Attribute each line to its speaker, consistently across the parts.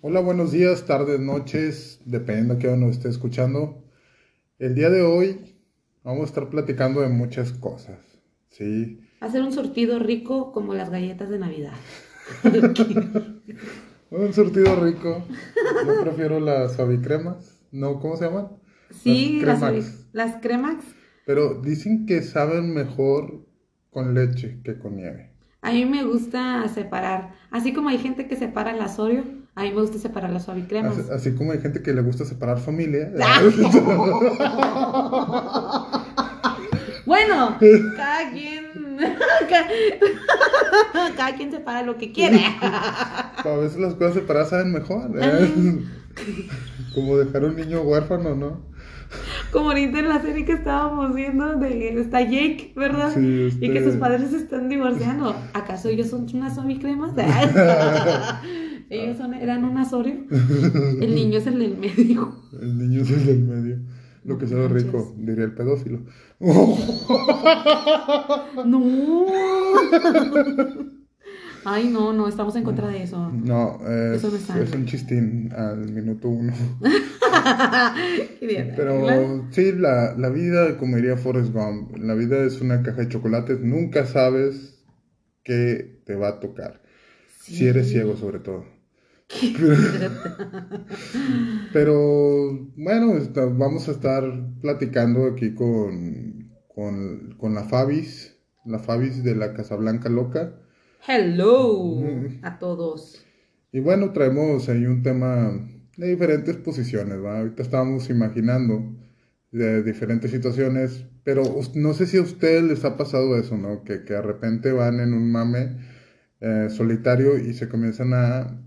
Speaker 1: Hola, buenos días, tardes, noches, depende a qué hora nos esté escuchando. El día de hoy vamos a estar platicando de muchas cosas, ¿sí?
Speaker 2: Hacer un surtido rico como las galletas de Navidad.
Speaker 1: Un surtido rico. Yo prefiero las suavicremas. No, ¿cómo se llaman?
Speaker 2: Sí,
Speaker 1: Las
Speaker 2: las,
Speaker 1: Cremax.
Speaker 2: las cremax.
Speaker 1: Pero dicen que saben mejor con leche que con nieve.
Speaker 2: A mí me gusta separar. Así como hay gente que separa las Oreo, a mí me gusta separar las suavicremas.
Speaker 1: Así, así como hay gente que le gusta separar familia.
Speaker 2: Bueno, cada quien. cada quien separa lo que quiere.
Speaker 1: A veces las cosas separadas saben mejor. ¿eh?
Speaker 2: Ajá.
Speaker 1: Como dejar un niño huérfano, ¿no?
Speaker 2: Como ahorita en la serie que estábamos viendo de está Jake, ¿verdad?
Speaker 1: Sí, este-
Speaker 2: Y que sus padres se están divorciando. ¿Acaso ellos son unas suavicremas? ellos son, eran unas Oreo. El niño es el del medio.
Speaker 1: El niño es el del medio. Lo que sabe rico, diría el pedófilo.
Speaker 2: No. Ay, no, no, estamos en contra de eso.
Speaker 1: No, es,
Speaker 2: Eso no está
Speaker 1: es un chistín al minuto uno.
Speaker 2: Qué bien. ¿eh?
Speaker 1: Pero sí, la, la vida, como diría Forrest Gump, la vida es una caja de chocolates. Nunca sabes qué te va a tocar.
Speaker 2: Sí.
Speaker 1: Si eres ciego, sobre todo. Pero bueno, está- vamos a estar platicando aquí con, con, con la Fabis, la Fabis de la Casablanca Loca.
Speaker 2: Hello
Speaker 1: Mm.
Speaker 2: a todos.
Speaker 1: Y bueno, traemos ahí un tema de diferentes posiciones, ¿va? Ahorita estábamos imaginando de diferentes situaciones, pero us- no sé si a ustedes les ha pasado eso, ¿no? Que, que de repente van en un mame eh, solitario y se comienzan a,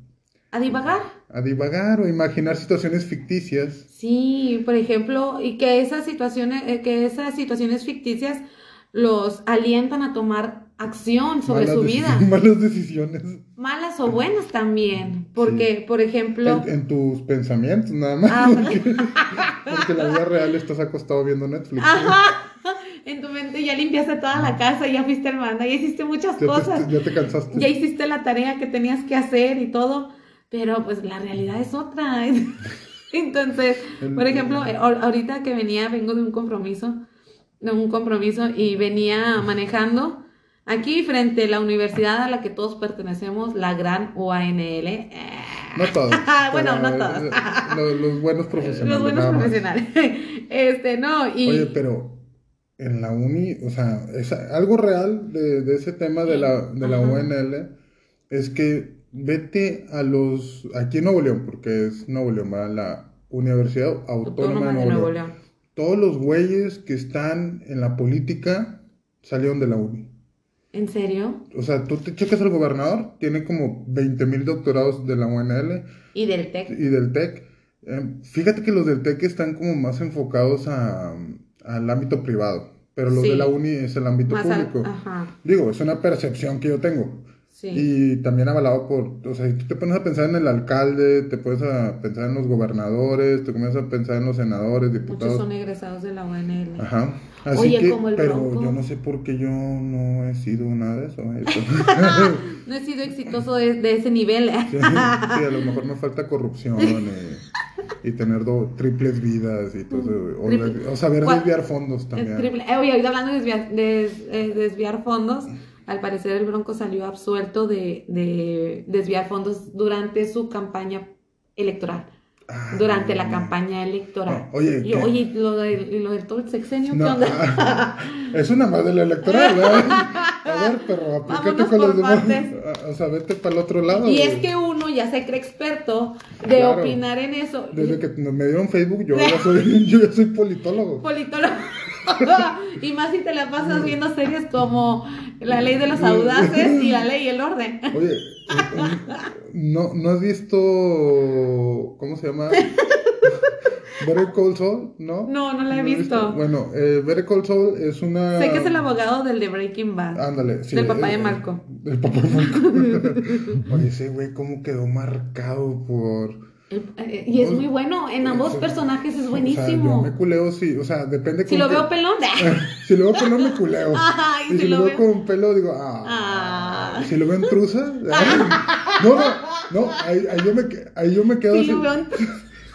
Speaker 2: ¿A divagar?
Speaker 1: a divagar o imaginar situaciones ficticias.
Speaker 2: Sí, por ejemplo, y que esas situaciones, eh, que esas situaciones ficticias los alientan a tomar acción sobre
Speaker 1: malas
Speaker 2: su
Speaker 1: deci-
Speaker 2: vida,
Speaker 1: Malas decisiones en-
Speaker 2: malas o buenas también, porque, por ejemplo,
Speaker 1: en, tus pensamientos, nada más.
Speaker 2: Ah.
Speaker 1: Porque, porque en la vida real estás acostado viendo Netflix.
Speaker 2: ajá, en tu mente ya limpiaste toda la casa, ya fuiste hermana, ya hiciste muchas
Speaker 1: Mm. Ya te-
Speaker 2: cosas,
Speaker 1: ya te cansaste.
Speaker 2: ya hiciste la tarea que tenías que hacer y todo, pero pues la realidad es otra. Entonces,
Speaker 1: El-
Speaker 2: por ejemplo, eh, ahor- ahorita que venía, vengo de un compromiso, de un compromiso y venía manejando aquí frente a la universidad a la que todos pertenecemos, la gran UANL. eh,
Speaker 1: No todos.
Speaker 2: Ah, Bueno,
Speaker 1: pero,
Speaker 2: no todos.
Speaker 1: eh, Los, los buenos profesionales.
Speaker 2: Los buenos
Speaker 1: nada más.
Speaker 2: profesionales. Este, no, y
Speaker 1: Oye, pero en la uni, o sea, es algo real de, de ese tema de la, de la
Speaker 2: Ajá.
Speaker 1: UNL es que vete a los. Aquí en Nuevo León, porque es Nuevo León, ¿verdad? la Universidad Autónoma, de Nuevo León.
Speaker 2: León.
Speaker 1: Todos los güeyes que están en la política salieron de la uni.
Speaker 2: ¿En serio?
Speaker 1: O sea, tú te checas al gobernador, tiene como 20 mil doctorados de la UNL.
Speaker 2: Y del TEC.
Speaker 1: y del TEC. eh, fíjate que los del TEC están como más enfocados a, al ámbito privado, pero los
Speaker 2: Sí.
Speaker 1: de la uni es el ámbito
Speaker 2: Más al- ah.
Speaker 1: público.
Speaker 2: Ajá.
Speaker 1: Digo, es una percepción que yo tengo.
Speaker 2: Sí.
Speaker 1: Y también avalado por, o sea, si tú te pones a pensar en el alcalde, te pones a pensar en los gobernadores, te comienzas a pensar en los senadores,
Speaker 2: Muchos son
Speaker 1: diputados.
Speaker 2: egresados de la UNL.
Speaker 1: Ajá. Así
Speaker 2: Oye,
Speaker 1: que,
Speaker 2: como el
Speaker 1: pero
Speaker 2: Bronco.
Speaker 1: yo no sé por qué yo no he sido nada de eso. ¿eh?
Speaker 2: No he sido exitoso de, de ese nivel.
Speaker 1: Sí, sí, a lo mejor me falta corrupción eh, y tener do- triples vidas y todo eso, o,
Speaker 2: Triple-
Speaker 1: desvi- o saber
Speaker 2: ¿Cuál?
Speaker 1: desviar fondos también.
Speaker 2: Es triple- eh, oye, ahorita hablando de desviar, des- eh, desviar fondos, al parecer el Bronco salió absuelto de, de desviar fondos durante su campaña electoral.
Speaker 1: Ah,
Speaker 2: Durante la
Speaker 1: no.
Speaker 2: campaña electoral.
Speaker 1: Ah, oye,
Speaker 2: Y
Speaker 1: ¿qué?
Speaker 2: yo, oye, ¿y lo de, y lo de todo el sexenio,
Speaker 1: No,
Speaker 2: ¿qué onda?
Speaker 1: ah, es una más de la electoral, ¿verdad? A ver, pero aplícate
Speaker 2: Vámonos
Speaker 1: con los
Speaker 2: por
Speaker 1: demás.
Speaker 2: partes.
Speaker 1: Ah, O sea, vete para el otro lado.
Speaker 2: y
Speaker 1: güey.
Speaker 2: es que uno ya se cree experto de
Speaker 1: Claro.
Speaker 2: opinar en eso.
Speaker 1: Desde que me dieron Facebook, yo ya soy, yo ya soy politólogo.
Speaker 2: Politólogo. y más si te la
Speaker 1: Mm.
Speaker 2: pasas viendo series como La Ley de los Audaces y La Ley y el Orden.
Speaker 1: Oye, un- un- ¿no, ¿no has visto. ¿Cómo se llama? Better Call Saul, ¿no?
Speaker 2: No, no la he
Speaker 1: he
Speaker 2: visto.
Speaker 1: Bueno, eh, Better Call Saul es una.
Speaker 2: Sé que es el abogado del de Breaking Bad.
Speaker 1: Ándale, sí.
Speaker 2: Del papá de
Speaker 1: eh,
Speaker 2: Marco.
Speaker 1: Del papá de Marco. Oye, ese güey, ¿cómo quedó marcado por.
Speaker 2: El- eh, y es muy bueno. En ambos personajes es buenísimo.
Speaker 1: pues, eh, O sea, yo me culeo, sí. O sea, depende.
Speaker 2: Si
Speaker 1: con
Speaker 2: lo
Speaker 1: qué-
Speaker 2: veo pelón,
Speaker 1: si lo veo pelón, me culeo.
Speaker 2: Ay,
Speaker 1: y si, lo veo con pelo, digo, ah.
Speaker 2: Ah.
Speaker 1: Si lo veo en trusa, ay. no, no. No, ahí, ahí yo, me, que- ahí yo me quedo así.
Speaker 2: Pilón.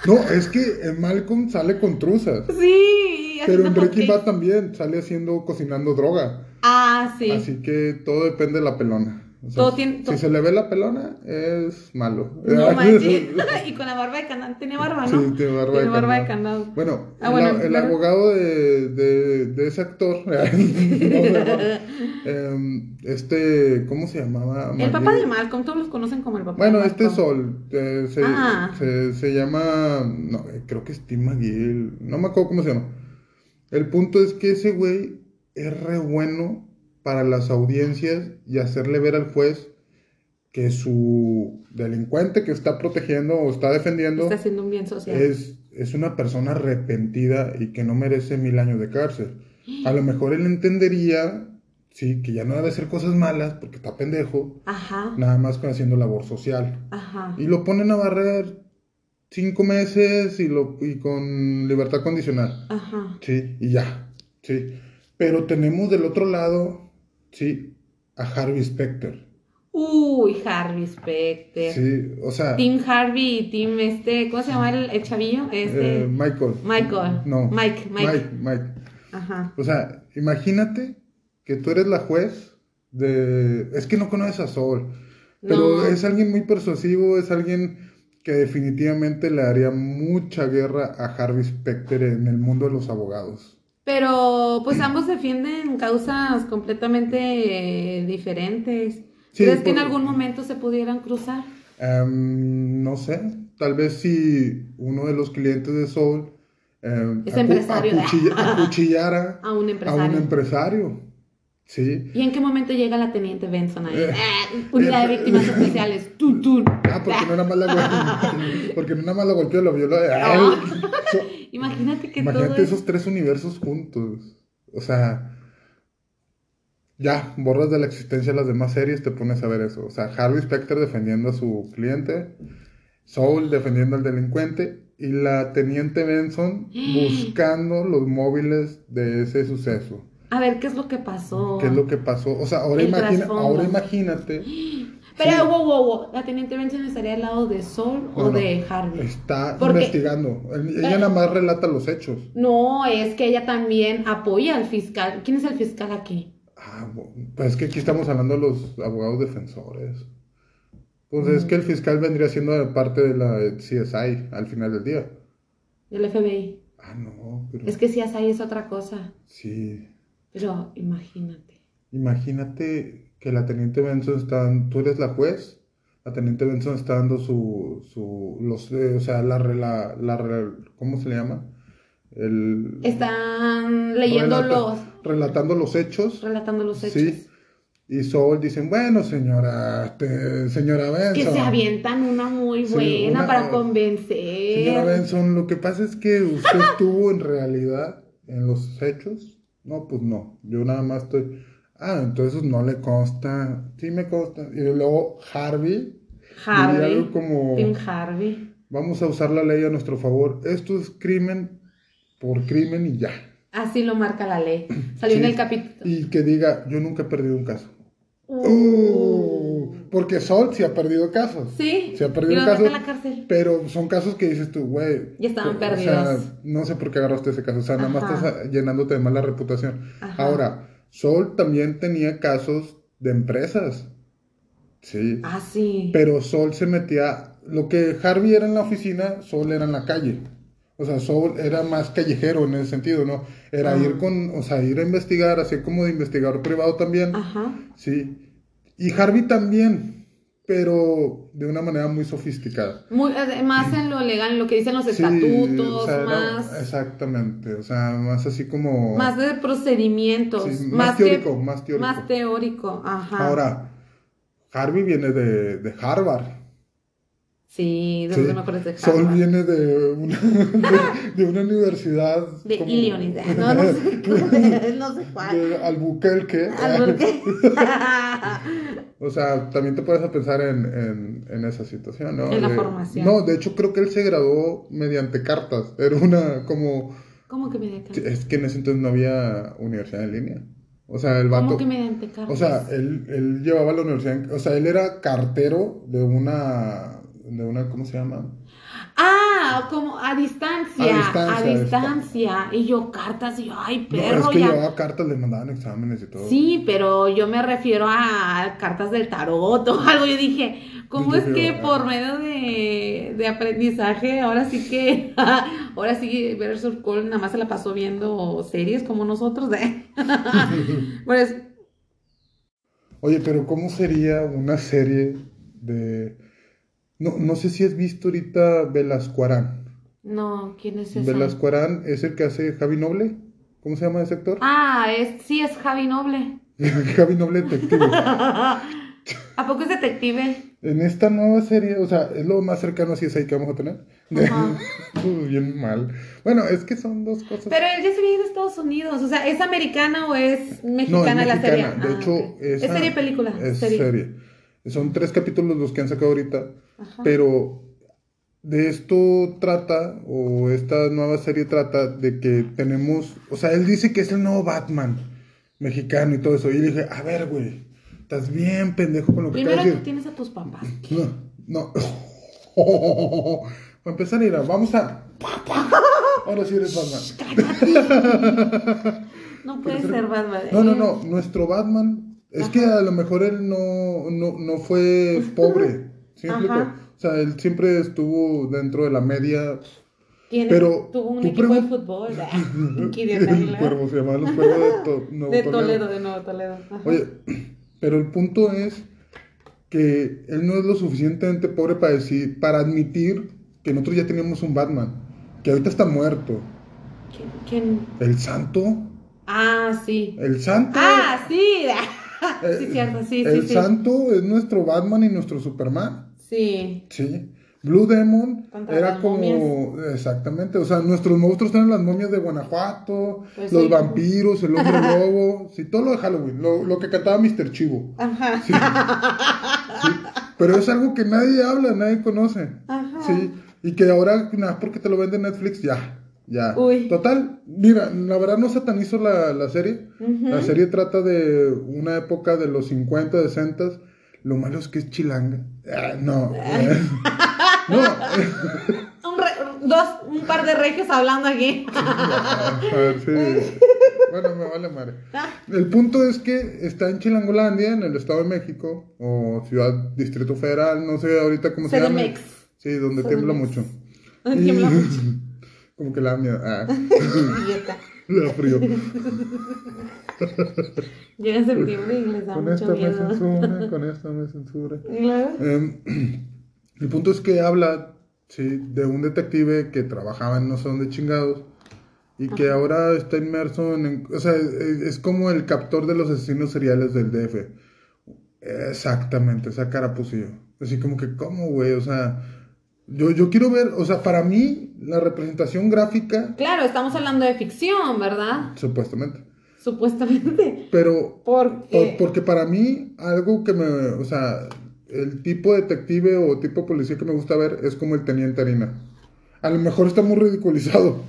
Speaker 1: No, es que en Malcolm sale con truzas.
Speaker 2: Sí.
Speaker 1: Pero en
Speaker 2: haciendo
Speaker 1: Breaking Bad
Speaker 2: hotcakes.
Speaker 1: también sale haciendo, cocinando droga.
Speaker 2: Ah, sí.
Speaker 1: Así que todo depende de la pelona. O sea,
Speaker 2: Todo tiene-
Speaker 1: Si se le ve la pelona, es malo.
Speaker 2: No manches. y con la barba de candado. Tiene barba, Ah, ¿no?
Speaker 1: Ah, Sí, tiene barba de
Speaker 2: de
Speaker 1: candado.
Speaker 2: candado.
Speaker 1: Bueno,
Speaker 2: Ah, bueno,
Speaker 1: el, el
Speaker 2: pero-
Speaker 1: abogado de, de- de ese actor, no, de- em, este, ¿cómo se llamaba?
Speaker 2: El papá de
Speaker 1: Malcolm.
Speaker 2: Malcolm, todos los conocen como el papá
Speaker 1: Bueno,
Speaker 2: de
Speaker 1: este
Speaker 2: Malcolm.
Speaker 1: Sol, eh, se,
Speaker 2: Ah.
Speaker 1: se, se llama, no, eh, creo que es Tim McGill, no me acuerdo cómo se llama. El punto es que ese güey es re bueno para las audiencias y hacerle ver al juez que su delincuente que está protegiendo o está defendiendo
Speaker 2: Está haciendo un bien social.
Speaker 1: es, es una persona arrepentida y que no merece mil años de cárcel. A lo mejor él entendería, sí, que ya no debe hacer cosas malas porque está pendejo,
Speaker 2: Ajá,
Speaker 1: nada más con haciendo labor social.
Speaker 2: ajá.
Speaker 1: Y lo ponen a barrer cinco meses y, lo, y con libertad condicional,
Speaker 2: Ajá.
Speaker 1: sí, y ya, sí. Pero tenemos del otro lado, sí, a Harvey Specter,
Speaker 2: Uy, Harvey Specter.
Speaker 1: sí, o sea,
Speaker 2: Team Harvey y Team este, ¿cómo se llama el, el chavillo? Este.
Speaker 1: eh, Michael.
Speaker 2: Michael.
Speaker 1: No,
Speaker 2: Mike, Mike.
Speaker 1: Mike, Mike.
Speaker 2: Ajá.
Speaker 1: O sea, imagínate que tú eres la juez de... Es que no conoces a Sol, pero
Speaker 2: No.
Speaker 1: es alguien muy persuasivo, es alguien que definitivamente le daría mucha guerra a Harvey Specter en el mundo de los abogados.
Speaker 2: Pero pues ambos defienden causas completamente eh, diferentes.
Speaker 1: Sí,
Speaker 2: ¿Crees que en
Speaker 1: por-
Speaker 2: algún momento se pudieran cruzar?
Speaker 1: Em, no sé, tal vez si uno de los clientes de Sol em,
Speaker 2: Es
Speaker 1: acu-
Speaker 2: empresario.
Speaker 1: acuchilla- acuchillara
Speaker 2: A un
Speaker 1: a
Speaker 2: empresario.
Speaker 1: un empresario. Sí.
Speaker 2: ¿Y en qué momento llega la teniente Benson ahí?
Speaker 1: Eh.
Speaker 2: Eh, unidad de víctimas especiales. Tú, tú.
Speaker 1: Ah, porque no nada más la golpeó, porque no nada más la golpeó, lo violó a él. So-
Speaker 2: Imagínate que todo
Speaker 1: Imagínate
Speaker 2: es-
Speaker 1: esos tres universos juntos. O sea, ya, borras de la existencia las demás series, te pones a ver eso. O sea, Harvey Specter defendiendo a su cliente, Soul defendiendo al delincuente y la teniente Benson buscando los móviles de ese suceso.
Speaker 2: A ver, ¿qué es lo que pasó?
Speaker 1: ¿Qué es lo que pasó? O sea, ahora,
Speaker 2: El
Speaker 1: imagina-
Speaker 2: trasfondo.
Speaker 1: ahora imagínate,
Speaker 2: Pero,
Speaker 1: Sí.
Speaker 2: wow, wow, wow. ¿La teniente Benson estaría al lado de Sol
Speaker 1: No,
Speaker 2: o
Speaker 1: no.
Speaker 2: de Harvey?
Speaker 1: está
Speaker 2: Porque- eh,
Speaker 1: investigando. Ella nada más relata los hechos.
Speaker 2: No, es que ella también apoya al fiscal. ¿Quién es el fiscal aquí?
Speaker 1: Ah, bo- pues es que aquí estamos hablando de los abogados defensores. Pues
Speaker 2: Mm.
Speaker 1: es que el fiscal vendría siendo parte de la eh, CSI al final del día.
Speaker 2: El FBI.
Speaker 1: Ah, no, pero
Speaker 2: Es que si ahí es otra cosa.
Speaker 1: sí.
Speaker 2: Pero imagínate.
Speaker 1: Imagínate que la teniente Benson está, dan- tú eres la juez, la teniente Benson está dando su, su, los, eh, o sea, la, re- la, la re- ¿cómo se le llama? El,
Speaker 2: Están leyendo los,
Speaker 1: relata- relatando los hechos.
Speaker 2: relatando los hechos.
Speaker 1: Sí. Y Sol dicen, bueno, señora, este, señora
Speaker 2: Que
Speaker 1: Benson.
Speaker 2: se avientan una muy
Speaker 1: Sí,
Speaker 2: buena
Speaker 1: una-
Speaker 2: para convencer.
Speaker 1: Señora Benson, lo que pasa es que usted estuvo en realidad en los hechos. No, pues no. Yo nada más estoy. Ah, entonces no le consta. Sí me consta. Y luego Harvey.
Speaker 2: Harvey.
Speaker 1: diría algo como-
Speaker 2: Tim Harvey.
Speaker 1: Vamos a usar la ley a nuestro favor. Esto es crimen por crimen y ya.
Speaker 2: Así lo marca la ley. Salió
Speaker 1: Sí.
Speaker 2: en el capítulo.
Speaker 1: Y que diga, yo nunca he perdido un caso.
Speaker 2: Uh.
Speaker 1: Uh, porque Sol sí ha perdido casos.
Speaker 2: Sí.
Speaker 1: Se ha perdido un
Speaker 2: y lo mete
Speaker 1: caso.
Speaker 2: a la cárcel.
Speaker 1: Pero son casos que dices tú, güey.
Speaker 2: Ya estaban
Speaker 1: o sea,
Speaker 2: perdidos.
Speaker 1: no sé por qué agarraste ese caso. O sea, nada más
Speaker 2: Ajá.
Speaker 1: estás llenándote de mala reputación.
Speaker 2: Ajá.
Speaker 1: Ahora, Sol también tenía casos de empresas. Sí.
Speaker 2: Ah, sí.
Speaker 1: Pero Sol se metía. Lo que Harvey era en la oficina, Sol era en la calle. O sea, Sol era más callejero en ese sentido, ¿no? Era
Speaker 2: Ah.
Speaker 1: ir con. O sea, ir a investigar, así como de investigador privado también.
Speaker 2: Ajá.
Speaker 1: Sí. Y Harvey también, pero de una manera muy sofisticada.
Speaker 2: Muy, eh, más en lo legal, en lo que dicen los
Speaker 1: Sí,
Speaker 2: estatutos,
Speaker 1: o sea, era-
Speaker 2: más,
Speaker 1: exactamente, o sea, más así como...
Speaker 2: más de procedimientos,
Speaker 1: sí, más
Speaker 2: más, que-
Speaker 1: teórico, más teórico.
Speaker 2: más teórico, ajá.
Speaker 1: Ahora, Harvey viene de, de Harvard.
Speaker 2: sí, de
Speaker 1: sí.
Speaker 2: los mejores de
Speaker 1: Sol
Speaker 2: Harvard.
Speaker 1: viene de una, de, de una universidad...
Speaker 2: De
Speaker 1: como-
Speaker 2: Illinois, ah, no, no sé, no sé cuál. Ah,
Speaker 1: de Albuquerque.
Speaker 2: Albuquerque.
Speaker 1: O sea, también te puedes pensar en, en, en esa situación, ¿no?
Speaker 2: En la
Speaker 1: De-
Speaker 2: formación.
Speaker 1: No, de hecho creo que él se graduó mediante cartas. Era una como...
Speaker 2: Mm. ¿Cómo que me dejan?
Speaker 1: Es que en ese entonces no había universidad en línea. O sea, el vato.
Speaker 2: ¿Cómo que mediante cartas?
Speaker 1: O sea, él, él llevaba la universidad. en- O sea, él era cartero de una. de una, ¿cómo se llama?
Speaker 2: Ah, como a distancia,
Speaker 1: A
Speaker 2: a
Speaker 1: distancia, a
Speaker 2: distancia.
Speaker 1: distancia.
Speaker 2: Y yo cartas, y yo, ay,
Speaker 1: No,
Speaker 2: perro,
Speaker 1: es que
Speaker 2: ya.
Speaker 1: llevaba cartas, le mandaban exámenes y todo.
Speaker 2: Sí, pero yo me refiero a cartas del tarot o algo. Yo dije, ¿cómo
Speaker 1: Yo
Speaker 2: es que
Speaker 1: creo, ah.
Speaker 2: por medio de, de aprendizaje, ahora sí que, ahora sí, Better Soul Call nada más se la pasó viendo series como nosotros? ¿eh? Pues,
Speaker 1: Oye, pero ¿cómo sería una serie de. No, no sé si has visto ahorita Velascoarán.
Speaker 2: no, ¿quién es esa?
Speaker 1: Velascoarán es el que hace Javi Noble. ¿Cómo se llama ese actor?
Speaker 2: Ah, es, sí, es Javi Noble.
Speaker 1: Javi Noble Detective.
Speaker 2: ¿A poco es detective?
Speaker 1: En esta nueva serie, o sea, es lo más cercano a CSI que vamos a tener.
Speaker 2: Ajá.
Speaker 1: Bien mal. Bueno, es que son dos cosas.
Speaker 2: Pero él ya se había ido a Estados Unidos. O sea, ¿es americana o es
Speaker 1: No, es
Speaker 2: mexicana la serie?
Speaker 1: mexicana. De
Speaker 2: Ah,
Speaker 1: hecho,
Speaker 2: ok. es.
Speaker 1: esa-
Speaker 2: serie película.
Speaker 1: Es
Speaker 2: serie.
Speaker 1: serie. Son tres capítulos los que han sacado ahorita.
Speaker 2: Ajá.
Speaker 1: Pero de esto trata, o esta nueva serie trata, de que tenemos. O sea, él dice que es el nuevo Batman mexicano y todo eso. Y yo le dije, a ver, güey, estás bien pendejo con lo que
Speaker 2: Primero
Speaker 1: acabas de
Speaker 2: tú
Speaker 1: decir".
Speaker 2: tienes a tus papás.
Speaker 1: No, no. Para empezar, mira, vamos a. Ahora sí eres Batman.
Speaker 2: No puede ser Batman.
Speaker 1: No, no, no. Nuestro Batman. Es que a lo mejor él no, no, no fue pobre. ¿Sí me
Speaker 2: Ajá.
Speaker 1: explico? O sea, él siempre estuvo dentro de la media.
Speaker 2: Tiene-
Speaker 1: pero
Speaker 2: tuvo un
Speaker 1: tú
Speaker 2: equipo
Speaker 1: pregun-
Speaker 2: de fútbol. ah,
Speaker 1: El cuervo se llamaba los cuervos de, To- Nuevo
Speaker 2: de
Speaker 1: Toledo.
Speaker 2: Toledo, de Nuevo Toledo. Ajá.
Speaker 1: Oye, pero el punto es que él no es lo suficientemente pobre para decir, para admitir que nosotros ya teníamos un Batman, que ahorita está muerto.
Speaker 2: ¿Quién- ¿Quién?
Speaker 1: El santo,
Speaker 2: Ah, sí.
Speaker 1: el santo.
Speaker 2: Ah, sí.
Speaker 1: eh,
Speaker 2: sí, cierto, sí, sí,
Speaker 1: El
Speaker 2: sí.
Speaker 1: santo es nuestro Batman y nuestro Superman.
Speaker 2: Sí.
Speaker 1: Sí. Blue Demon
Speaker 2: Contra
Speaker 1: era
Speaker 2: las
Speaker 1: como. Exactamente. O sea, nuestros monstruos eran las momias de Guanajuato,
Speaker 2: Pues
Speaker 1: los
Speaker 2: sí.
Speaker 1: vampiros, el hombre lobo. Sí, todo lo de Halloween. Lo, lo que cantaba Mr. Chivo.
Speaker 2: Ajá.
Speaker 1: Sí. Sí, Pero es algo que nadie habla, nadie conoce.
Speaker 2: Ajá.
Speaker 1: Sí. Y que ahora, nada, más porque te lo vende Netflix, ya. Ya.
Speaker 2: Uy.
Speaker 1: Total, mira, la verdad no satanizo la, la serie.
Speaker 2: Ujú.
Speaker 1: La serie trata de una época de los 50, 60. Lo malo es que es chilanga. Ah, no. no. eh,
Speaker 2: Un re- dos, un par de regios hablando aquí.
Speaker 1: A ver, sí. Bueno, me vale madre. El punto es que está en Chilangolandia, en el Estado de México, o Ciudad Distrito Federal, no sé ahorita cómo se llama.
Speaker 2: CDMX.
Speaker 1: Sí, donde
Speaker 2: CDMX.
Speaker 1: tiembla mucho.
Speaker 2: Ay, tiembla
Speaker 1: Y-
Speaker 2: mucho.
Speaker 1: Como que la miedo. Ah,
Speaker 2: Idiota.
Speaker 1: le da frío.
Speaker 2: Llega septiembre y les da
Speaker 1: Con
Speaker 2: mucho
Speaker 1: esto me
Speaker 2: miedo.
Speaker 1: censura, con esto me censura.
Speaker 2: ¿Y luego?
Speaker 1: Em, el punto es que habla, sí, de un detective que trabajaba en no sé dónde chingados y que ahora está inmerso en, en- o sea, es, es como el captor de los asesinos seriales del DF. Exactamente, esa cara pusillo. Así como que, ¿cómo, güey? O sea, yo, yo quiero ver, o sea, para mí, la representación gráfica,
Speaker 2: Claro, estamos hablando de ficción, ¿verdad?
Speaker 1: supuestamente,
Speaker 2: Supuestamente.
Speaker 1: pero Por-
Speaker 2: Porque.
Speaker 1: porque para mí, algo que me. O sea, el tipo de detective o tipo de policía que me gusta ver es como el teniente harina. A lo mejor está muy ridiculizado.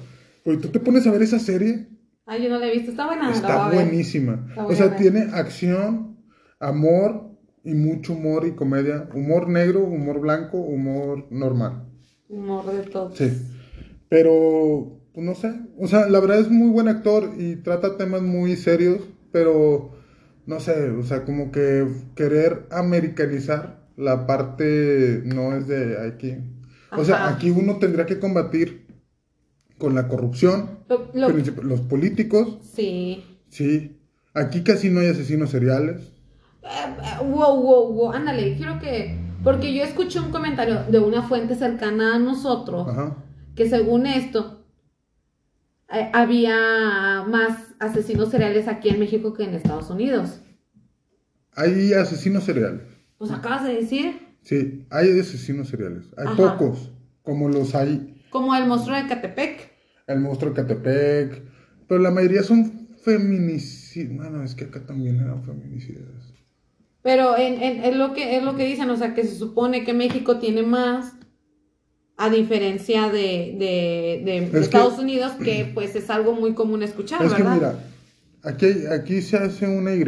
Speaker 1: Pero tú te pones a ver esa serie,
Speaker 2: Ay, yo Ah, no la he visto. Está buena. la voy
Speaker 1: está
Speaker 2: a ver.
Speaker 1: buenísima.
Speaker 2: La voy
Speaker 1: O
Speaker 2: a
Speaker 1: sea,
Speaker 2: ver.
Speaker 1: tiene acción, amor y mucho humor y comedia. Humor negro, humor blanco, humor normal.
Speaker 2: Humor de todo.
Speaker 1: Sí. Pero, pues, no sé. O sea, la verdad es muy buen actor y trata temas muy serios, pero no sé, o sea, como que querer americanizar la parte no es de aquí. O sea,
Speaker 2: Ajá.
Speaker 1: aquí uno tendría que combatir con la corrupción,
Speaker 2: Lo- lo-
Speaker 1: princip- los políticos,
Speaker 2: sí.
Speaker 1: sí. Aquí casi no hay asesinos seriales.
Speaker 2: Eh, eh, wow, wow, wow. Ándale, quiero que. Porque yo escuché un comentario de una fuente cercana a nosotros
Speaker 1: Ajá.
Speaker 2: que según esto eh, había más asesinos seriales aquí en México que en Estados Unidos.
Speaker 1: Hay asesinos seriales.
Speaker 2: Pues acabas de decir,
Speaker 1: Sí, hay asesinos seriales. Hay
Speaker 2: Ajá.
Speaker 1: pocos, como los hay
Speaker 2: como el monstruo de Catepec.
Speaker 1: El monstruo de Catepec. Pero la mayoría son feminicidios. Bueno, es que acá también eran feminicidios.
Speaker 2: Pero en, en- es, lo que, es lo que dicen, o sea, que se supone que México tiene más, a diferencia de, de, de
Speaker 1: Es que-
Speaker 2: Estados Unidos, que pues es algo muy común escuchar,
Speaker 1: es que
Speaker 2: ¿verdad?
Speaker 1: mira, Aquí, hay- aquí se hace una Y.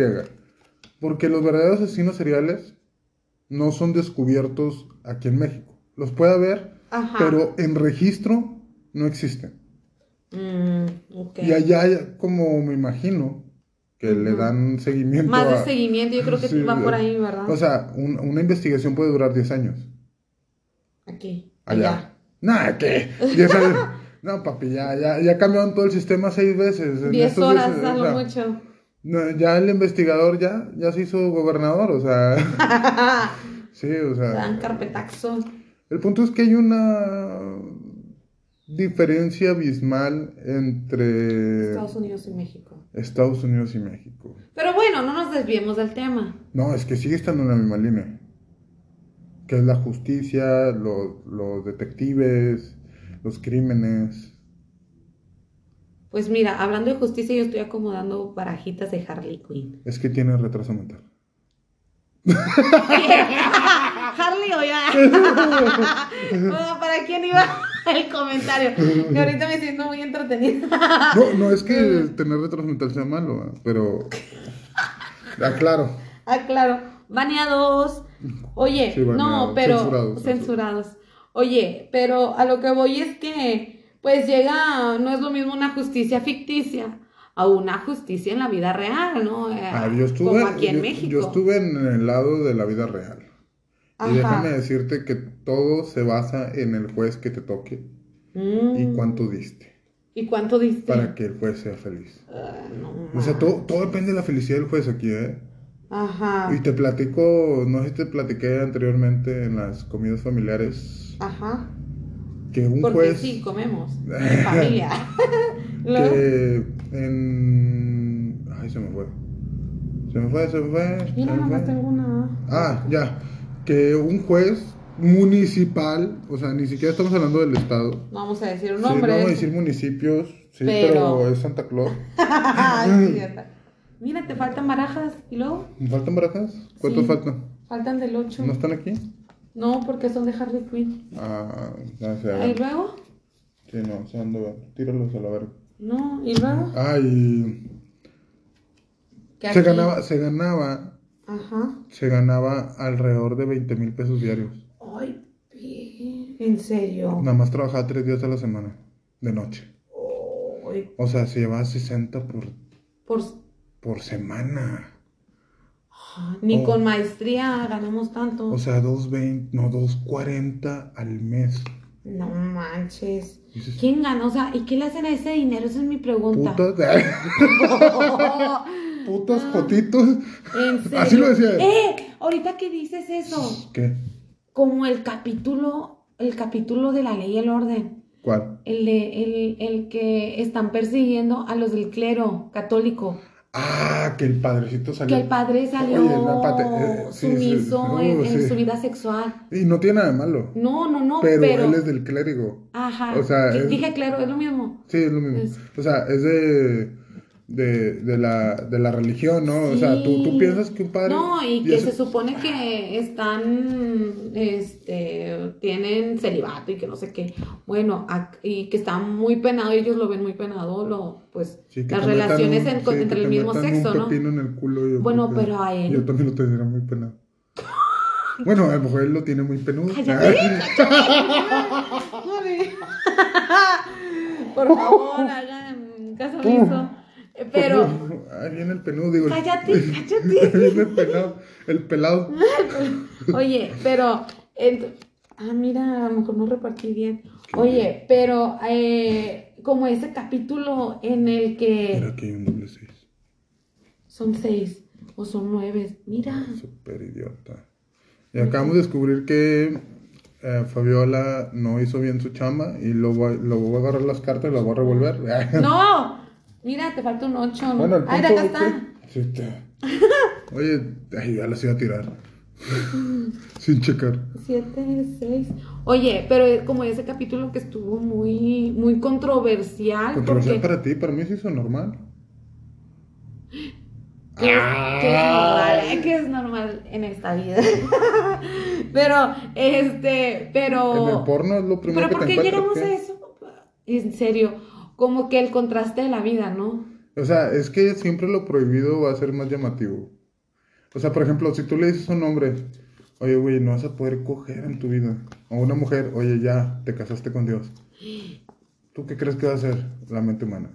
Speaker 1: Porque los verdaderos asesinos seriales no son descubiertos aquí en México. Los puede haber,
Speaker 2: Ajá.
Speaker 1: pero en registro no existen.
Speaker 2: Mm, ok.
Speaker 1: Y allá, hay, como me imagino, que le
Speaker 2: Ujú.
Speaker 1: dan seguimiento
Speaker 2: Más de
Speaker 1: a...
Speaker 2: seguimiento, yo creo que
Speaker 1: Sí, eh,
Speaker 2: va por ahí, ¿verdad?
Speaker 1: O sea, un- una investigación puede durar 10 años.
Speaker 2: Aquí.
Speaker 1: Allá. Nada, ¿qué? 10 años. No, papi, ya, ya, ya cambiaron todo el sistema seis veces. En
Speaker 2: Diez
Speaker 1: estos
Speaker 2: horas,
Speaker 1: diez-
Speaker 2: a
Speaker 1: o sea,
Speaker 2: lo mucho.
Speaker 1: no, ya el investigador ya, ya se hizo gobernador, o sea, sí, o
Speaker 2: Te
Speaker 1: sea.
Speaker 2: dan carpetazo.
Speaker 1: El punto es que hay una diferencia abismal entre
Speaker 2: Estados Unidos y México.
Speaker 1: Estados Unidos y México.
Speaker 2: Pero bueno, no nos desviemos del tema.
Speaker 1: No, es que sigue estando en la misma línea. Que es la justicia, los, los detectives, los crímenes.
Speaker 2: Pues mira, hablando de justicia, yo estoy acomodando barajitas de Harley Quinn.
Speaker 1: Es que tiene retraso mental.
Speaker 2: Harley o ya. Bueno, ¿Para quién iba el comentario? Y ahorita me siento muy entretenida.
Speaker 1: No, no es que tener retraso mental sea malo, ¿eh? pero. Aclaro.
Speaker 2: Ah, claro. Baneados. Oye,
Speaker 1: Sí, baneados.
Speaker 2: no, pero.
Speaker 1: Censurados,
Speaker 2: Censurados. Oye, pero a lo que voy es que, pues llega, no es lo mismo una justicia ficticia a una justicia en la vida real, ¿no? Eh,
Speaker 1: Ah, yo estuve,
Speaker 2: Como aquí en
Speaker 1: yo-
Speaker 2: México.
Speaker 1: yo estuve en el lado de la vida real.
Speaker 2: Ajá.
Speaker 1: Y déjame decirte que todo se basa en el juez que te toque
Speaker 2: Mm.
Speaker 1: y cuánto diste
Speaker 2: ¿Y cuánto diste?
Speaker 1: para que el juez sea feliz.
Speaker 2: Ah, no
Speaker 1: O sea,
Speaker 2: ma-
Speaker 1: todo, todo depende de la felicidad del juez aquí, ¿eh?
Speaker 2: Ajá.
Speaker 1: Y te platico, no sé si te platiqué anteriormente en las comidas familiares,
Speaker 2: Ajá.
Speaker 1: que un
Speaker 2: Porque
Speaker 1: juez
Speaker 2: sí, comemos. en familia. Luego,
Speaker 1: Pues, que en... Ay, se me fue. Se me fue, se me fue. se
Speaker 2: Mira,
Speaker 1: me
Speaker 2: nomás
Speaker 1: fue.
Speaker 2: tengo una.
Speaker 1: Ah, ya. Que un juez municipal, o sea, ni siquiera estamos hablando del estado.
Speaker 2: No Vamos a decir un
Speaker 1: Sí, no
Speaker 2: nombre.
Speaker 1: vamos a decir municipios, sí, pero,
Speaker 2: Pero-
Speaker 1: es Santa Claus. Mm.
Speaker 2: Ay, Ah, sí, idiota. Mira, te faltan barajas. ¿Y luego?
Speaker 1: ¿Faltan barajas? ¿Cuántos
Speaker 2: Sí.
Speaker 1: faltan?
Speaker 2: Faltan del 8.
Speaker 1: ¿No están aquí?
Speaker 2: No, porque son de Harley Quinn.
Speaker 1: Ah, ya se
Speaker 2: ¿Y luego?
Speaker 1: Sí, no, se ando, tíralos a la verga.
Speaker 2: No, ¿y luego?
Speaker 1: Ay,
Speaker 2: Que
Speaker 1: se
Speaker 2: aquí-
Speaker 1: ganaba, se ganaba,
Speaker 2: Ajá.
Speaker 1: se ganaba alrededor de 20 mil pesos diarios.
Speaker 2: Ay, pi- en serio.
Speaker 1: Nada más trabajaba tres días a la semana, de noche.
Speaker 2: Ay,
Speaker 1: O sea, se llevaba 60 por,
Speaker 2: por...
Speaker 1: por semana.
Speaker 2: Ah, Ni
Speaker 1: Oh.
Speaker 2: con maestría ganamos tanto.
Speaker 1: O sea, 2.20, no, 2.40 al mes.
Speaker 2: No manches.
Speaker 1: Dices,
Speaker 2: ¿Quién gana? O sea, ¿y qué le hacen a ese dinero? Esa es mi pregunta.
Speaker 1: Putas, putos
Speaker 2: Ah.
Speaker 1: potitos.
Speaker 2: En serio.
Speaker 1: Así lo decía.
Speaker 2: Eh, ahorita que dices eso,
Speaker 1: ¿Qué?
Speaker 2: como el capítulo, el capítulo de la ley y el orden,
Speaker 1: ¿Cuál?
Speaker 2: el de el, el que están persiguiendo a los del clero católico,
Speaker 1: Ah, que el padrecito salió.
Speaker 2: que el padre salió
Speaker 1: Oye, la pate- eh, sí, sí,
Speaker 2: sumiso
Speaker 1: no,
Speaker 2: en, en
Speaker 1: sí.
Speaker 2: su vida sexual.
Speaker 1: Y no tiene nada de malo.
Speaker 2: No, no, no,
Speaker 1: pero,
Speaker 2: pero,
Speaker 1: él es del clérigo.
Speaker 2: ajá.
Speaker 1: o sea,
Speaker 2: di-
Speaker 1: es-
Speaker 2: dije clero, es lo mismo.
Speaker 1: Sí, es lo mismo.
Speaker 2: Es-
Speaker 1: O sea, es de, de, de la, de la religión, ¿no? O sea, tú, tú
Speaker 2: Sí.
Speaker 1: piensas que un padre.
Speaker 2: No, y que
Speaker 1: eso-
Speaker 2: se supone que están, este, tienen celibato y que no sé qué. Bueno, ac- y que está muy penado, ellos lo ven muy penado, lo, pues,
Speaker 1: Sí, que
Speaker 2: las
Speaker 1: te metan
Speaker 2: relaciones
Speaker 1: un-
Speaker 2: en-
Speaker 1: sí,
Speaker 2: con-
Speaker 1: que
Speaker 2: entre
Speaker 1: te
Speaker 2: el mismo
Speaker 1: metan
Speaker 2: sexo,
Speaker 1: un
Speaker 2: ¿no?
Speaker 1: pepino en el culo, yo
Speaker 2: Bueno,
Speaker 1: creo que-
Speaker 2: pero a él.
Speaker 1: Yo también lo tendría muy penado. Bueno, a lo mejor él lo tiene muy penudo. Ah,
Speaker 2: Cállate, Joder. Por favor, hagan caso omiso. Eh, Pero,
Speaker 1: Ahí viene el penudo, digo. el-
Speaker 2: cállate,
Speaker 1: Ahí
Speaker 2: cállate.
Speaker 1: viene el pelado. El pelado.
Speaker 2: Oye, pero. ent- ah, mira, a lo mejor no repartí bien. Oye, pero eh, como ese capítulo en el que
Speaker 1: Mira que hay un doble seis.
Speaker 2: son seis o son nueve, mira.
Speaker 1: Ah, Súper idiota. Y acabamos de descubrir que eh, Fabiola no hizo bien su chamba y lo voy, lo voy a agarrar las cartas y las voy a revolver.
Speaker 2: ¡No! Mira, te falta un ocho.
Speaker 1: bueno, el punto
Speaker 2: Ay, acá
Speaker 1: es
Speaker 2: está.
Speaker 1: que- Sí, te- Oye, ay, ya las iba a tirar. Sin checar.
Speaker 2: Ah, Siete, seis. Oye, pero eh, como ese capítulo que estuvo muy, muy controversial.
Speaker 1: Controversial
Speaker 2: porque-
Speaker 1: para ti, para mí se hizo normal.
Speaker 2: que es,
Speaker 1: Ah.
Speaker 2: que es normal, ¿eh? que es normal en esta vida. pero, este,
Speaker 1: En el
Speaker 2: pero.
Speaker 1: porno es lo primero
Speaker 2: Pero
Speaker 1: que
Speaker 2: ¿por
Speaker 1: te
Speaker 2: qué
Speaker 1: encuentras.
Speaker 2: llegamos a
Speaker 1: ¿qué?
Speaker 2: eso? En serio, como que el contraste de la vida, ¿no?
Speaker 1: O sea, es que siempre lo prohibido va a ser más llamativo. O sea, por ejemplo, si tú le dices a un hombre, oye, güey, no vas a poder coger en tu vida. O a una mujer, oye, ya, te casaste con Dios. ¿Tú qué crees que va a hacer la mente humana?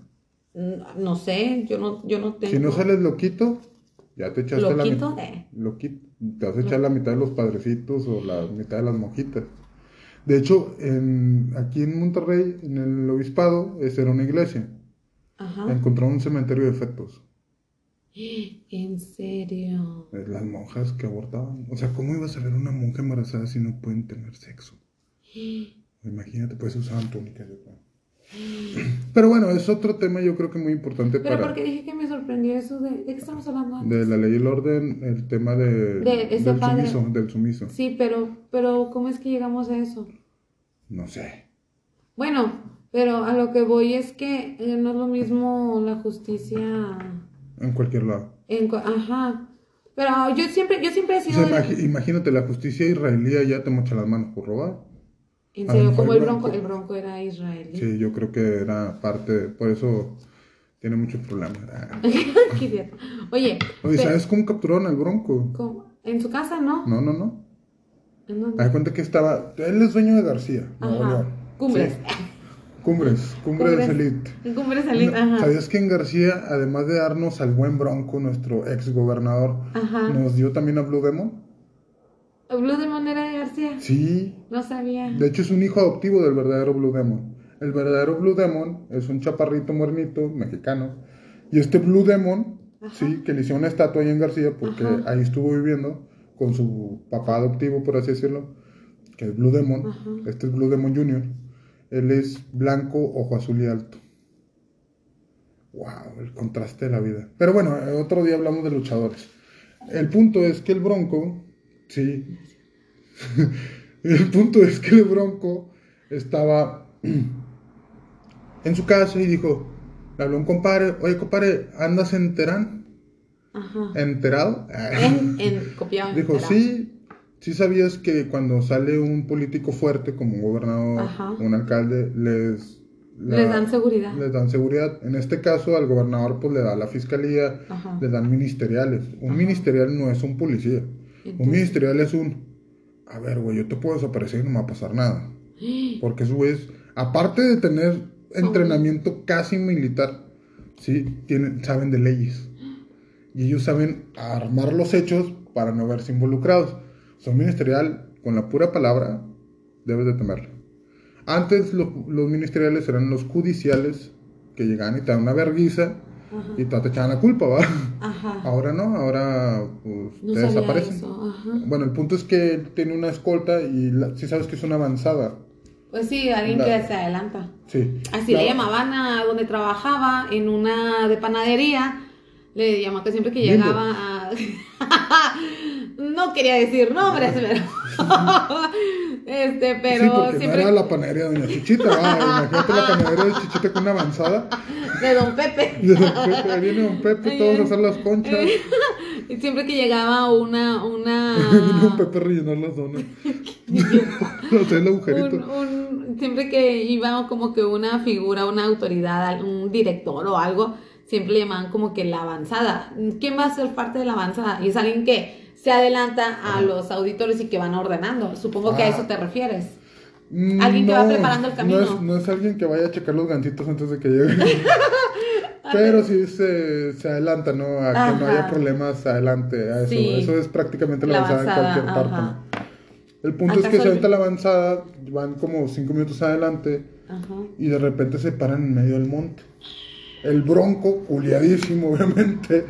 Speaker 2: No, no sé, yo no, yo no tengo.
Speaker 1: Si no sales loquito, ya te echaste la
Speaker 2: Loquito
Speaker 1: mitad.
Speaker 2: de-
Speaker 1: Loquito. Te vas a echar la mitad de los padrecitos o la mitad de las mojitas. De hecho, en, aquí en Monterrey, en el obispado, esa era una iglesia.
Speaker 2: Ajá.
Speaker 1: Encontraron un cementerio de fetos.
Speaker 2: En serio.
Speaker 1: Eh, Las monjas que abortaban. O sea, ¿cómo ibas a ver una monja embarazada si no pueden tener sexo? Imagínate, pues usaban túnicas. yo creo. Pero bueno, es otro tema yo creo que muy importante
Speaker 2: Pero
Speaker 1: para...
Speaker 2: porque dije que me sorprendió eso de. ¿De qué estamos hablando antes?
Speaker 1: De la ley y el orden, el tema de,
Speaker 2: De ese
Speaker 1: del,
Speaker 2: padre.
Speaker 1: sumiso, del sumiso.
Speaker 2: Sí, pero, pero ¿cómo es que llegamos a eso?
Speaker 1: No sé.
Speaker 2: Bueno, pero a lo que voy es que eh, no es lo mismo la justicia
Speaker 1: En cualquier lado.
Speaker 2: en cu- ajá. Pero yo siempre, yo siempre he
Speaker 1: O
Speaker 2: sido
Speaker 1: sea,
Speaker 2: de-
Speaker 1: imagi- imagínate, la justicia israelí ya te mocha las manos por robar.
Speaker 2: en
Speaker 1: a
Speaker 2: serio,
Speaker 1: lo mejor
Speaker 2: como
Speaker 1: el
Speaker 2: el bronco,
Speaker 1: bronco.
Speaker 2: el bronco era israelí.
Speaker 1: Sí, yo creo que era parte, por eso tiene muchos problemas. Ah.
Speaker 2: Qué idiota. Oye,
Speaker 1: Oye,
Speaker 2: pero-
Speaker 1: ¿sabes cómo capturaron al bronco?
Speaker 2: ¿cómo? en su casa, ¿no?
Speaker 1: No, no, no.
Speaker 2: ¿En dónde?
Speaker 1: Haz cuenta que estaba. Él es dueño de García. Nuevo
Speaker 2: Ajá.
Speaker 1: León.
Speaker 2: Cumbres.
Speaker 1: Sí. Cumbres, cumbres,
Speaker 2: Cumbres.
Speaker 1: Elite.
Speaker 2: En Cumbres Elite, ajá.
Speaker 1: ¿Sabías que en García, además de darnos al buen Bronco, nuestro ex gobernador,
Speaker 2: Ajá.
Speaker 1: nos dio también a Blue Demon?
Speaker 2: Blue Demon era de García.
Speaker 1: Sí.
Speaker 2: No sabía.
Speaker 1: De hecho, es un hijo adoptivo del verdadero Blue Demon. El verdadero Blue Demon es un chaparrito muernito mexicano. Y este Blue Demon,
Speaker 2: Ajá.
Speaker 1: sí, que le hicieron una estatua ahí en García, porque
Speaker 2: Ajá.
Speaker 1: ahí estuvo viviendo con su papá adoptivo, por así decirlo, que es Blue Demon.
Speaker 2: Ajá.
Speaker 1: Este es Blue Demon Jr. Él es blanco, ojo azul y alto. Wow, el contraste de la vida. Pero bueno, eh, otro día hablamos de luchadores. El punto es que el Bronco, sí. el punto es que el Bronco estaba en su casa y dijo, le habló un compadre, oye compadre, ¿andas en Terán?
Speaker 2: Ajá.
Speaker 1: ¿Enterado?
Speaker 2: En, en copiado en
Speaker 1: Dijo,
Speaker 2: Terán.
Speaker 1: sí, sí sabías que cuando sale un político fuerte como un gobernador,
Speaker 2: Ajá.
Speaker 1: un alcalde, les, la-
Speaker 2: Les dan seguridad.
Speaker 1: les dan seguridad. En este caso al gobernador pues le da la fiscalía,
Speaker 2: Ajá.
Speaker 1: le dan ministeriales. Un ministerial no es un policía. Un
Speaker 2: Entonces-
Speaker 1: ministerial es un, a ver, güey, yo te puedo desaparecer y no me va a pasar nada. Porque eso es, aparte de tener entrenamiento casi militar, sí, tienen, saben de leyes. Y ellos saben armar los hechos para no verse involucrados. Son ministerial, con la pura palabra, debes de temerlo. Antes lo- los ministeriales eran los judiciales que llegaban y te dan una verguiza
Speaker 2: Ajá.
Speaker 1: y te te echaban la culpa, ¿va?
Speaker 2: Ajá.
Speaker 1: Ahora no, ahora pues,
Speaker 2: No
Speaker 1: te
Speaker 2: sabía
Speaker 1: desaparecen.
Speaker 2: eso. Ajá.
Speaker 1: Bueno, el punto es que él tiene una escolta y si sabes que es una avanzada.
Speaker 2: Pues sí, alguien que
Speaker 1: La-
Speaker 2: se adelanta.
Speaker 1: Sí.
Speaker 2: Así
Speaker 1: La-
Speaker 2: le llamaban a donde trabajaba, en una de panadería. Le llamaba que siempre que
Speaker 1: Bimbo.
Speaker 2: llegaba a... no quería decir nombres, pero... este,
Speaker 1: sí,
Speaker 2: pero
Speaker 1: porque
Speaker 2: siempre...
Speaker 1: no era la panadería de Doña Chichita, ¿va? imagínate la panadería de Chichita con una avanzada.
Speaker 2: De Don Pepe.
Speaker 1: Y de repente viene Don Pepe, todos a hacer las conchas.
Speaker 2: Y siempre que llegaba una... una...
Speaker 1: Viene Don Pepe a rellenar las donas. Hacer el agujerito.
Speaker 2: un- un- siempre que iba como que una figura, una autoridad, al- un director o algo, siempre le llamaban como que la avanzada. ¿Quién va a ser parte de la avanzada? Y es alguien que se adelanta a los auditores y que van ordenando. Supongo que a
Speaker 1: Ah.
Speaker 2: eso te refieres.
Speaker 1: Mm,
Speaker 2: alguien que va preparando el camino.
Speaker 1: No es, no es alguien que vaya a checar los gantitos antes de que llegue. Pero sí se, se adelanta, ¿no? A que no
Speaker 2: Ajá.
Speaker 1: haya problemas adelante. A eso.
Speaker 2: Sí,
Speaker 1: eso es prácticamente la,
Speaker 2: la
Speaker 1: avanzada,
Speaker 2: avanzada,
Speaker 1: en cualquier parte.
Speaker 2: ajá.
Speaker 1: ¿no? El punto es que se
Speaker 2: ¿Acaso el-
Speaker 1: avienta la avanzada, van como 5 minutos adelante
Speaker 2: Ajá.
Speaker 1: y de repente se paran en medio del monte. El bronco, culiadísimo, obviamente.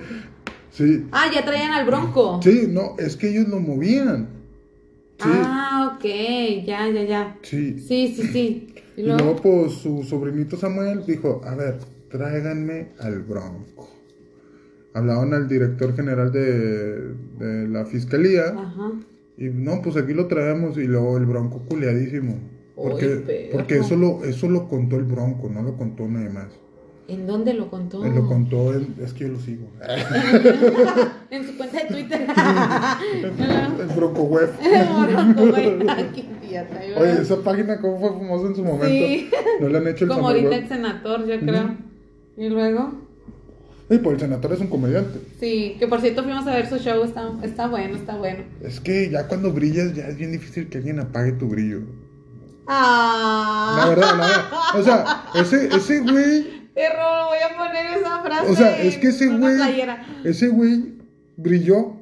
Speaker 1: Sí,
Speaker 2: Ah, ya traían al bronco.
Speaker 1: sí, no, es que ellos lo movían. Sí,
Speaker 2: Ah, ok, ya, ya, ya.
Speaker 1: sí.
Speaker 2: Sí, sí, sí. Y
Speaker 1: Y
Speaker 2: luego-
Speaker 1: luego, pues, su sobrinito Samuel dijo, a ver, tráiganme al Bronco. Hablaron al director general de, de la fiscalía
Speaker 2: Ajá.
Speaker 1: y no, pues aquí lo traemos y luego el Bronco culeadísimo.
Speaker 2: Oy,
Speaker 1: Porque,
Speaker 2: perro.
Speaker 1: porque eso, lo, eso lo contó el Bronco, no lo contó nadie más.
Speaker 2: ¿En dónde lo contó?
Speaker 1: Él lo contó, él- es que yo lo sigo.
Speaker 2: En su cuenta de Twitter.
Speaker 1: el Bronco Web.
Speaker 2: Bronco, güey. Ah, qué idiota,
Speaker 1: Oye,
Speaker 2: ¿verdad?
Speaker 1: esa página cómo fue famosa en su momento.
Speaker 2: Sí.
Speaker 1: No le han hecho el
Speaker 2: Como
Speaker 1: Samuel
Speaker 2: ahorita
Speaker 1: Web.
Speaker 2: el senador, yo creo.
Speaker 1: Ujú.
Speaker 2: Y luego.
Speaker 1: Ay, pues el senador es un comediante.
Speaker 2: Sí, que por cierto fuimos a ver su show, está, está bueno, está bueno.
Speaker 1: Es que ya cuando brillas, ya es bien difícil que alguien apague tu brillo.
Speaker 2: Ah,
Speaker 1: La verdad, la verdad. O sea, ese, ese güey,
Speaker 2: Error, voy a poner esa frase.
Speaker 1: o sea, es que ese
Speaker 2: en una
Speaker 1: güey,
Speaker 2: playera.
Speaker 1: ese güey brilló.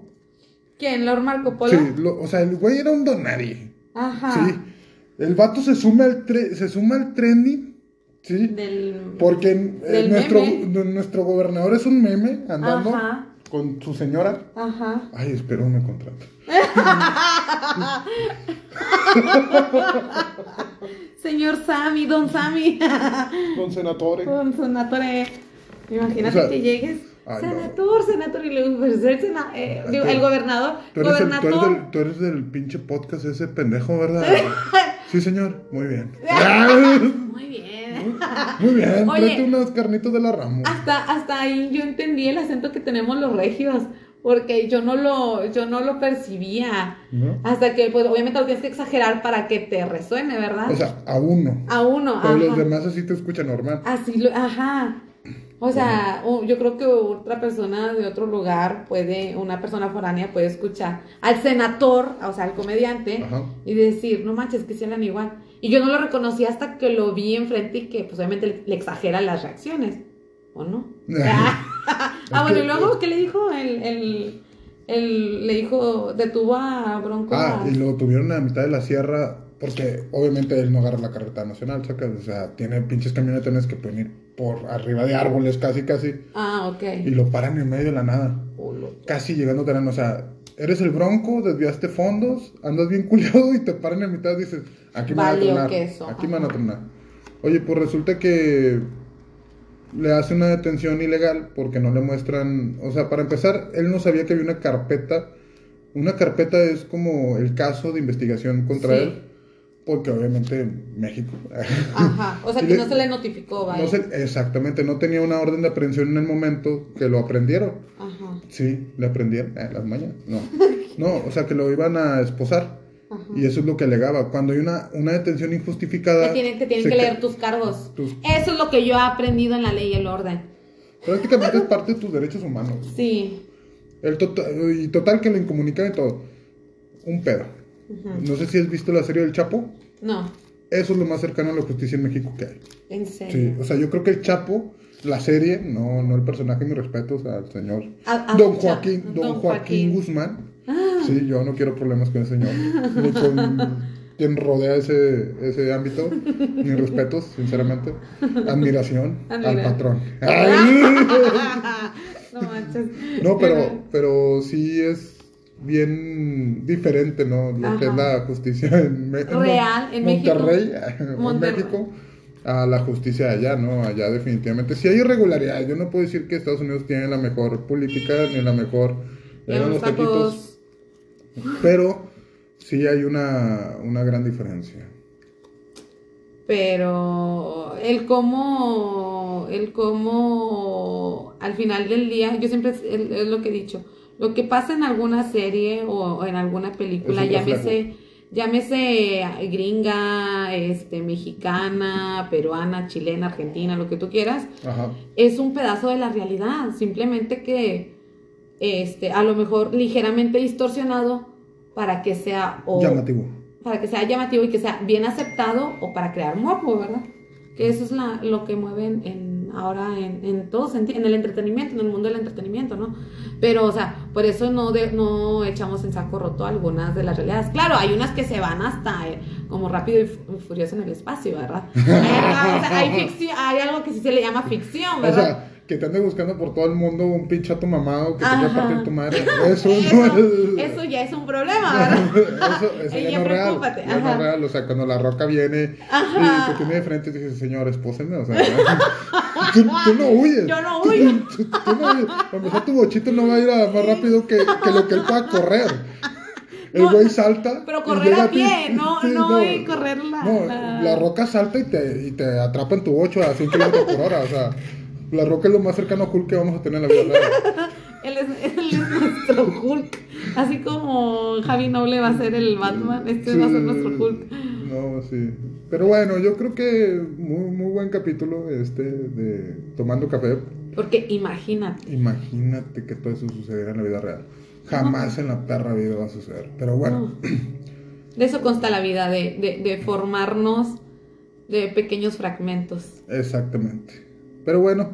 Speaker 2: ¿Quién? Lord Marco Polo.
Speaker 1: Sí, lo- o sea, el güey era un don nadie.
Speaker 2: Ajá.
Speaker 1: Sí. El vato se suma al, tre- se suma al trending, ¿sí?
Speaker 2: Del...
Speaker 1: Porque eh,
Speaker 2: Del
Speaker 1: nuestro,
Speaker 2: meme.
Speaker 1: nu- nuestro gobernador es un meme andando
Speaker 2: Ajá.
Speaker 1: con su señora.
Speaker 2: Ajá.
Speaker 1: Ay, espero me contrato.
Speaker 2: Señor Sammy, don Sammy.
Speaker 1: Con senatore.
Speaker 2: Con Senatore. Imagínate
Speaker 1: O sea,
Speaker 2: que llegues.
Speaker 1: ay,
Speaker 2: senator, senator, y luego pues, el, sena- eh, digo, el gobernador,
Speaker 1: Tú eres, el- tú, eres
Speaker 2: gobernator.
Speaker 1: del, tú eres del pinche podcast ese pendejo, ¿verdad? sí, señor. Muy bien.
Speaker 2: Muy bien.
Speaker 1: Muy bien.
Speaker 2: Oye.
Speaker 1: Tráete unos carnitos de la ramo.
Speaker 2: Hasta, hasta ahí yo entendí el acento que tenemos los regios, porque yo no lo, yo no lo percibía.
Speaker 1: ¿No?
Speaker 2: Hasta que, pues obviamente lo tienes que exagerar para que te resuene, ¿verdad?
Speaker 1: O sea, a uno.
Speaker 2: a uno.
Speaker 1: Pero los
Speaker 2: Ah, ajá.
Speaker 1: demás así te escuchan normal.
Speaker 2: Así lo, ajá. O sea, u- yo creo que otra persona de otro lugar puede, una persona foránea puede escuchar al senador, o sea, al comediante,
Speaker 1: Ajá.
Speaker 2: y decir, no manches, que se hablan igual. Y yo no lo reconocí hasta que lo vi enfrente y que, pues obviamente, le, le exagera las reacciones, ¿o no? ah, bueno, y luego, ¿qué le dijo? El, el, el- le dijo, detuvo a Bronco.
Speaker 1: Ah,
Speaker 2: a-
Speaker 1: y lo tuvieron a la mitad de la sierra porque obviamente él no agarra la carretera nacional, sacas, o sea, tiene pinches camionetones que pueden ir por arriba de árboles casi, casi,
Speaker 2: Ah, ok.
Speaker 1: y lo paran en medio de la nada,
Speaker 2: Oh, lo-
Speaker 1: casi llegando a o sea, eres el bronco, desviaste fondos, andas bien culiado y te paran en mitad, dices, aquí me van a
Speaker 2: Valió
Speaker 1: tronar,
Speaker 2: queso,
Speaker 1: aquí me van a
Speaker 2: ajá.
Speaker 1: tronar. Oye, pues resulta que le hace una detención ilegal porque no le muestran, o sea, para empezar, él no sabía que había una carpeta. Una carpeta es como el caso de investigación contra
Speaker 2: Sí.
Speaker 1: él, porque obviamente en México.
Speaker 2: Ajá. O sea,
Speaker 1: Y
Speaker 2: que
Speaker 1: le-
Speaker 2: no se le notificó, vaya.
Speaker 1: no sé, exactamente, no tenía una orden de aprehensión en el momento que lo aprendieron.
Speaker 2: Ajá.
Speaker 1: Sí, le aprendieron eh, las mañanas. No, no, o sea, que lo iban a esposar.
Speaker 2: Ajá.
Speaker 1: Y eso es lo que alegaba. Cuando hay una, una detención injustificada.
Speaker 2: Te tienen, te tienen
Speaker 1: Ah, se
Speaker 2: que
Speaker 1: ca-
Speaker 2: leer tus cargos.
Speaker 1: tus-
Speaker 2: Eso es lo que yo he aprendido en la ley y el orden.
Speaker 1: Prácticamente es parte de tus derechos humanos.
Speaker 2: Sí.
Speaker 1: El tota- y total que lo incomunica de todo. Un pedo.
Speaker 2: Ujú.
Speaker 1: No sé si has visto la serie del Chapo.
Speaker 2: No,
Speaker 1: Eso es lo más cercano a la justicia en México que hay.
Speaker 2: en
Speaker 1: Sí,
Speaker 2: serio.
Speaker 1: o sea, yo creo que el Chapo, la serie, no, no el personaje, mis respetos al señor.
Speaker 2: A- a-
Speaker 1: don
Speaker 2: Cha- Ah.
Speaker 1: Joaquín, don, Joaquín, Guzmán. Sí, yo no quiero problemas con el señor. Ni con quien rodea ese, ese ámbito. Mis respetos, sinceramente. Admiración al
Speaker 2: Admira- Ah,
Speaker 1: patrón. Ay.
Speaker 2: no manches.
Speaker 1: No, pero, pero sí es bien diferente, ¿no? Lo que es
Speaker 2: Ajá.
Speaker 1: la justicia en, Me- Mon-
Speaker 2: Real, en México.
Speaker 1: Monterrey, en
Speaker 2: Monterrey.
Speaker 1: México, a la justicia de allá, ¿no? Allá definitivamente. Sí hay irregularidades. Yo no puedo decir que Estados Unidos tiene la mejor política ni la mejor...
Speaker 2: Le
Speaker 1: eran
Speaker 2: los
Speaker 1: los taquitos,
Speaker 2: tacos.
Speaker 1: pero sí hay una, una gran diferencia.
Speaker 2: Pero el cómo, el cómo al final del día, yo siempre es, es- es lo que he dicho, lo que pasa en alguna serie o, o en alguna película,
Speaker 1: Es un
Speaker 2: llámese,
Speaker 1: reflejo.
Speaker 2: llámese gringa, este, mexicana, peruana, chilena, argentina, lo que tú quieras,
Speaker 1: Ajá.
Speaker 2: es un pedazo de la realidad, simplemente que este, a lo mejor ligeramente distorsionado para que sea o,
Speaker 1: Llamativo.
Speaker 2: para que sea llamativo y que sea bien aceptado o para crear morbo, ¿verdad? Que eso es la- lo que mueven en, ahora en, en todo sentido, en el entretenimiento, en el mundo del entretenimiento, ¿no? Pero, o sea, por eso no, de- no echamos en saco roto algunas de las realidades. Claro, hay unas que se van hasta eh, como rápido y, fu- y furioso en el espacio, ¿verdad? Eh, o sea, hay, ficción- hay algo que sí se le llama ficción,
Speaker 1: O
Speaker 2: ¿verdad?
Speaker 1: sea, que te ande buscando por todo el mundo un pinchato mamado que te quiera
Speaker 2: Ajá.
Speaker 1: partir tu madre. Eso no
Speaker 2: eso,
Speaker 1: es-
Speaker 2: eso ya es un problema, ¿verdad?
Speaker 1: eso, eso
Speaker 2: Ey,
Speaker 1: ya
Speaker 2: ya
Speaker 1: no es real.
Speaker 2: preocúpate,
Speaker 1: Ya no es
Speaker 2: ajá.
Speaker 1: real. O sea, cuando la roca viene
Speaker 2: Ajá.
Speaker 1: y te tiene de frente y te dice, señor, espósenme. O sea, tú, tú no huyes.
Speaker 2: Yo no huyo.
Speaker 1: Tú, tú no huyes. Para empezar, tu bochito no va a ir a más rápido que, que lo que él pueda correr. El
Speaker 2: No,
Speaker 1: güey salta.
Speaker 2: pero
Speaker 1: y
Speaker 2: correr
Speaker 1: llega
Speaker 2: a
Speaker 1: ti.
Speaker 2: pie, no- no, eh, correr la-
Speaker 1: No,
Speaker 2: la-
Speaker 1: la roca salta y te, y te atrapa en tu bocho a 100 kilómetros por hora. O sea, la roca es lo más cercano a Hulk que vamos a tener en la vida real.
Speaker 2: Él es, él es nuestro Hulk. Así como Javi Noble va a ser el Batman, este va a ser nuestro Hulk.
Speaker 1: No, sí. Pero bueno, yo creo que muy, muy buen capítulo este de Tomando Café.
Speaker 2: Porque imagínate.
Speaker 1: Imagínate que todo eso sucediera en la vida real. Jamás en la perra vida va a suceder. Pero bueno,
Speaker 2: De eso consta la vida, de, de, de formarnos de pequeños fragmentos.
Speaker 1: exactamente. Pero bueno,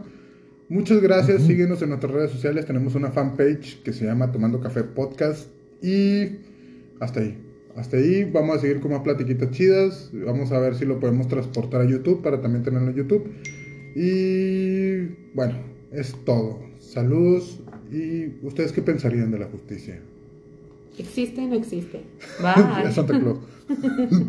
Speaker 1: muchas gracias. Síguenos en nuestras redes sociales. Tenemos una fanpage que se llama Tomando Café Podcast. Y hasta ahí. Hasta ahí vamos a seguir con más platiquitas chidas. Vamos a ver si lo podemos transportar a YouTube para también tenerlo en YouTube. Y bueno, es todo. Saludos. ¿Y ustedes qué pensarían de la justicia?
Speaker 2: ¿Existe o no existe?
Speaker 1: De
Speaker 2: Bye.
Speaker 1: Santa Claus.